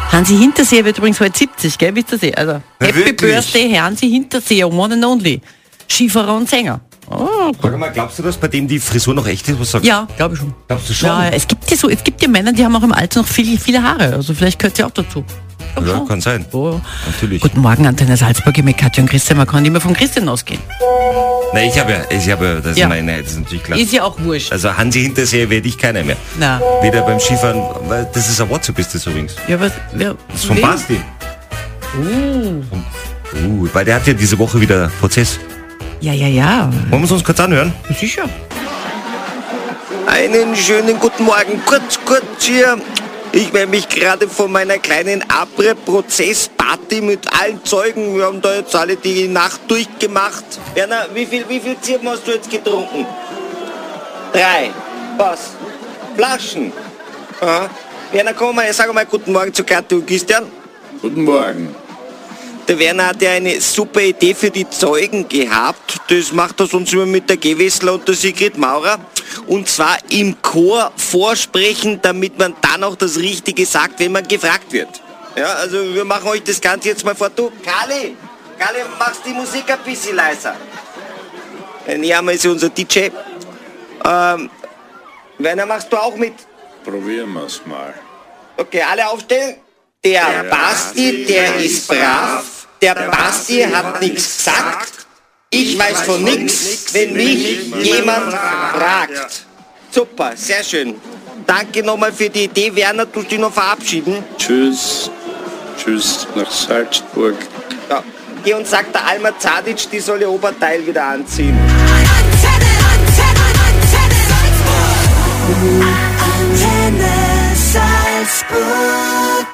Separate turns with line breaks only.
Hansi Hinterseher wird übrigens heute 70, gell, wisst ihr sie? Also,
Na,
Happy
wirklich?
Birthday, Hansi Hinterseher, one and only. Skifahrer und Sänger.
Ah,
Oh,
Sag mal, glaubst du, dass bei dem die Frisur noch echt ist? Was sagst
ja, glaube ich schon.
du? Glaubst du schon?
Ja, es gibt ja so, es gibt ja Männer, die haben auch im Alter noch viel, viele Haare. Also vielleicht gehört sie auch dazu. Glaub
Ja,
schon.
kann sein.
Oh.
Natürlich.
Guten Morgen, Antenne Salzburg, mit Katja und Christian. Man kann nicht mehr von Christian ausgehen.
Nein, ich habe ja, ich habe ja, das,
Ja.
Nein, nein, das ist natürlich klar.
Ist ja auch wurscht.
Also Hansi Hinterseher werde ich keiner mehr.
Na.
Weder beim Skifahren, weil das ist ein WhatsApp ist das übrigens.
Ja, was, wer,
Das ist von
wen? Oh.
Basti. Von- Uh, weil der hat ja diese Woche wieder Prozess.
Ja, ja, ja,
Wollen wir es uns kurz anhören?
sicher.
Einen schönen guten Morgen. Kurz, kurz hier. Ich melde mich gerade von meiner kleinen Abre-Prozess-Party mit allen Zeugen. Wir haben da jetzt alle die Nacht durchgemacht. Werner, wie viel, wie viel Zirpen hast du jetzt getrunken? Drei. Was? Flaschen? Aha. Werner, komm mal, sag mal guten Morgen zu Katja und Christian.
Guten Morgen.
Der Werner hat ja eine super Idee für die Zeugen gehabt. Das macht er sonst immer mit der Gewessler und der Sigrid Maurer. Und zwar im Chor vorsprechen, damit man dann auch das Richtige sagt, wenn man gefragt wird. Ja, also wir machen euch das Ganze jetzt mal vor. Du, Kali, Kali, machst die Musik ein bisschen leiser. Niama ist ja unser DJ. Ähm, Werner, machst du auch mit?
Probieren wir es mal.
Okay, alle aufstellen. Der Basti, der ist brav. Der Basti hat nichts gesagt. Ich weiß von nichts, wenn mich jemand fragt. Super, sehr schön. Danke nochmal für die Idee. Werner, tust du dich noch verabschieden?
Tschüss. Tschüss nach Salzburg.
Ja. Geh und sag der Alma Zadic, die soll ihr Oberteil wieder anziehen.
Antenne, Antenne, Antenne Salzburg. Antenne Salzburg.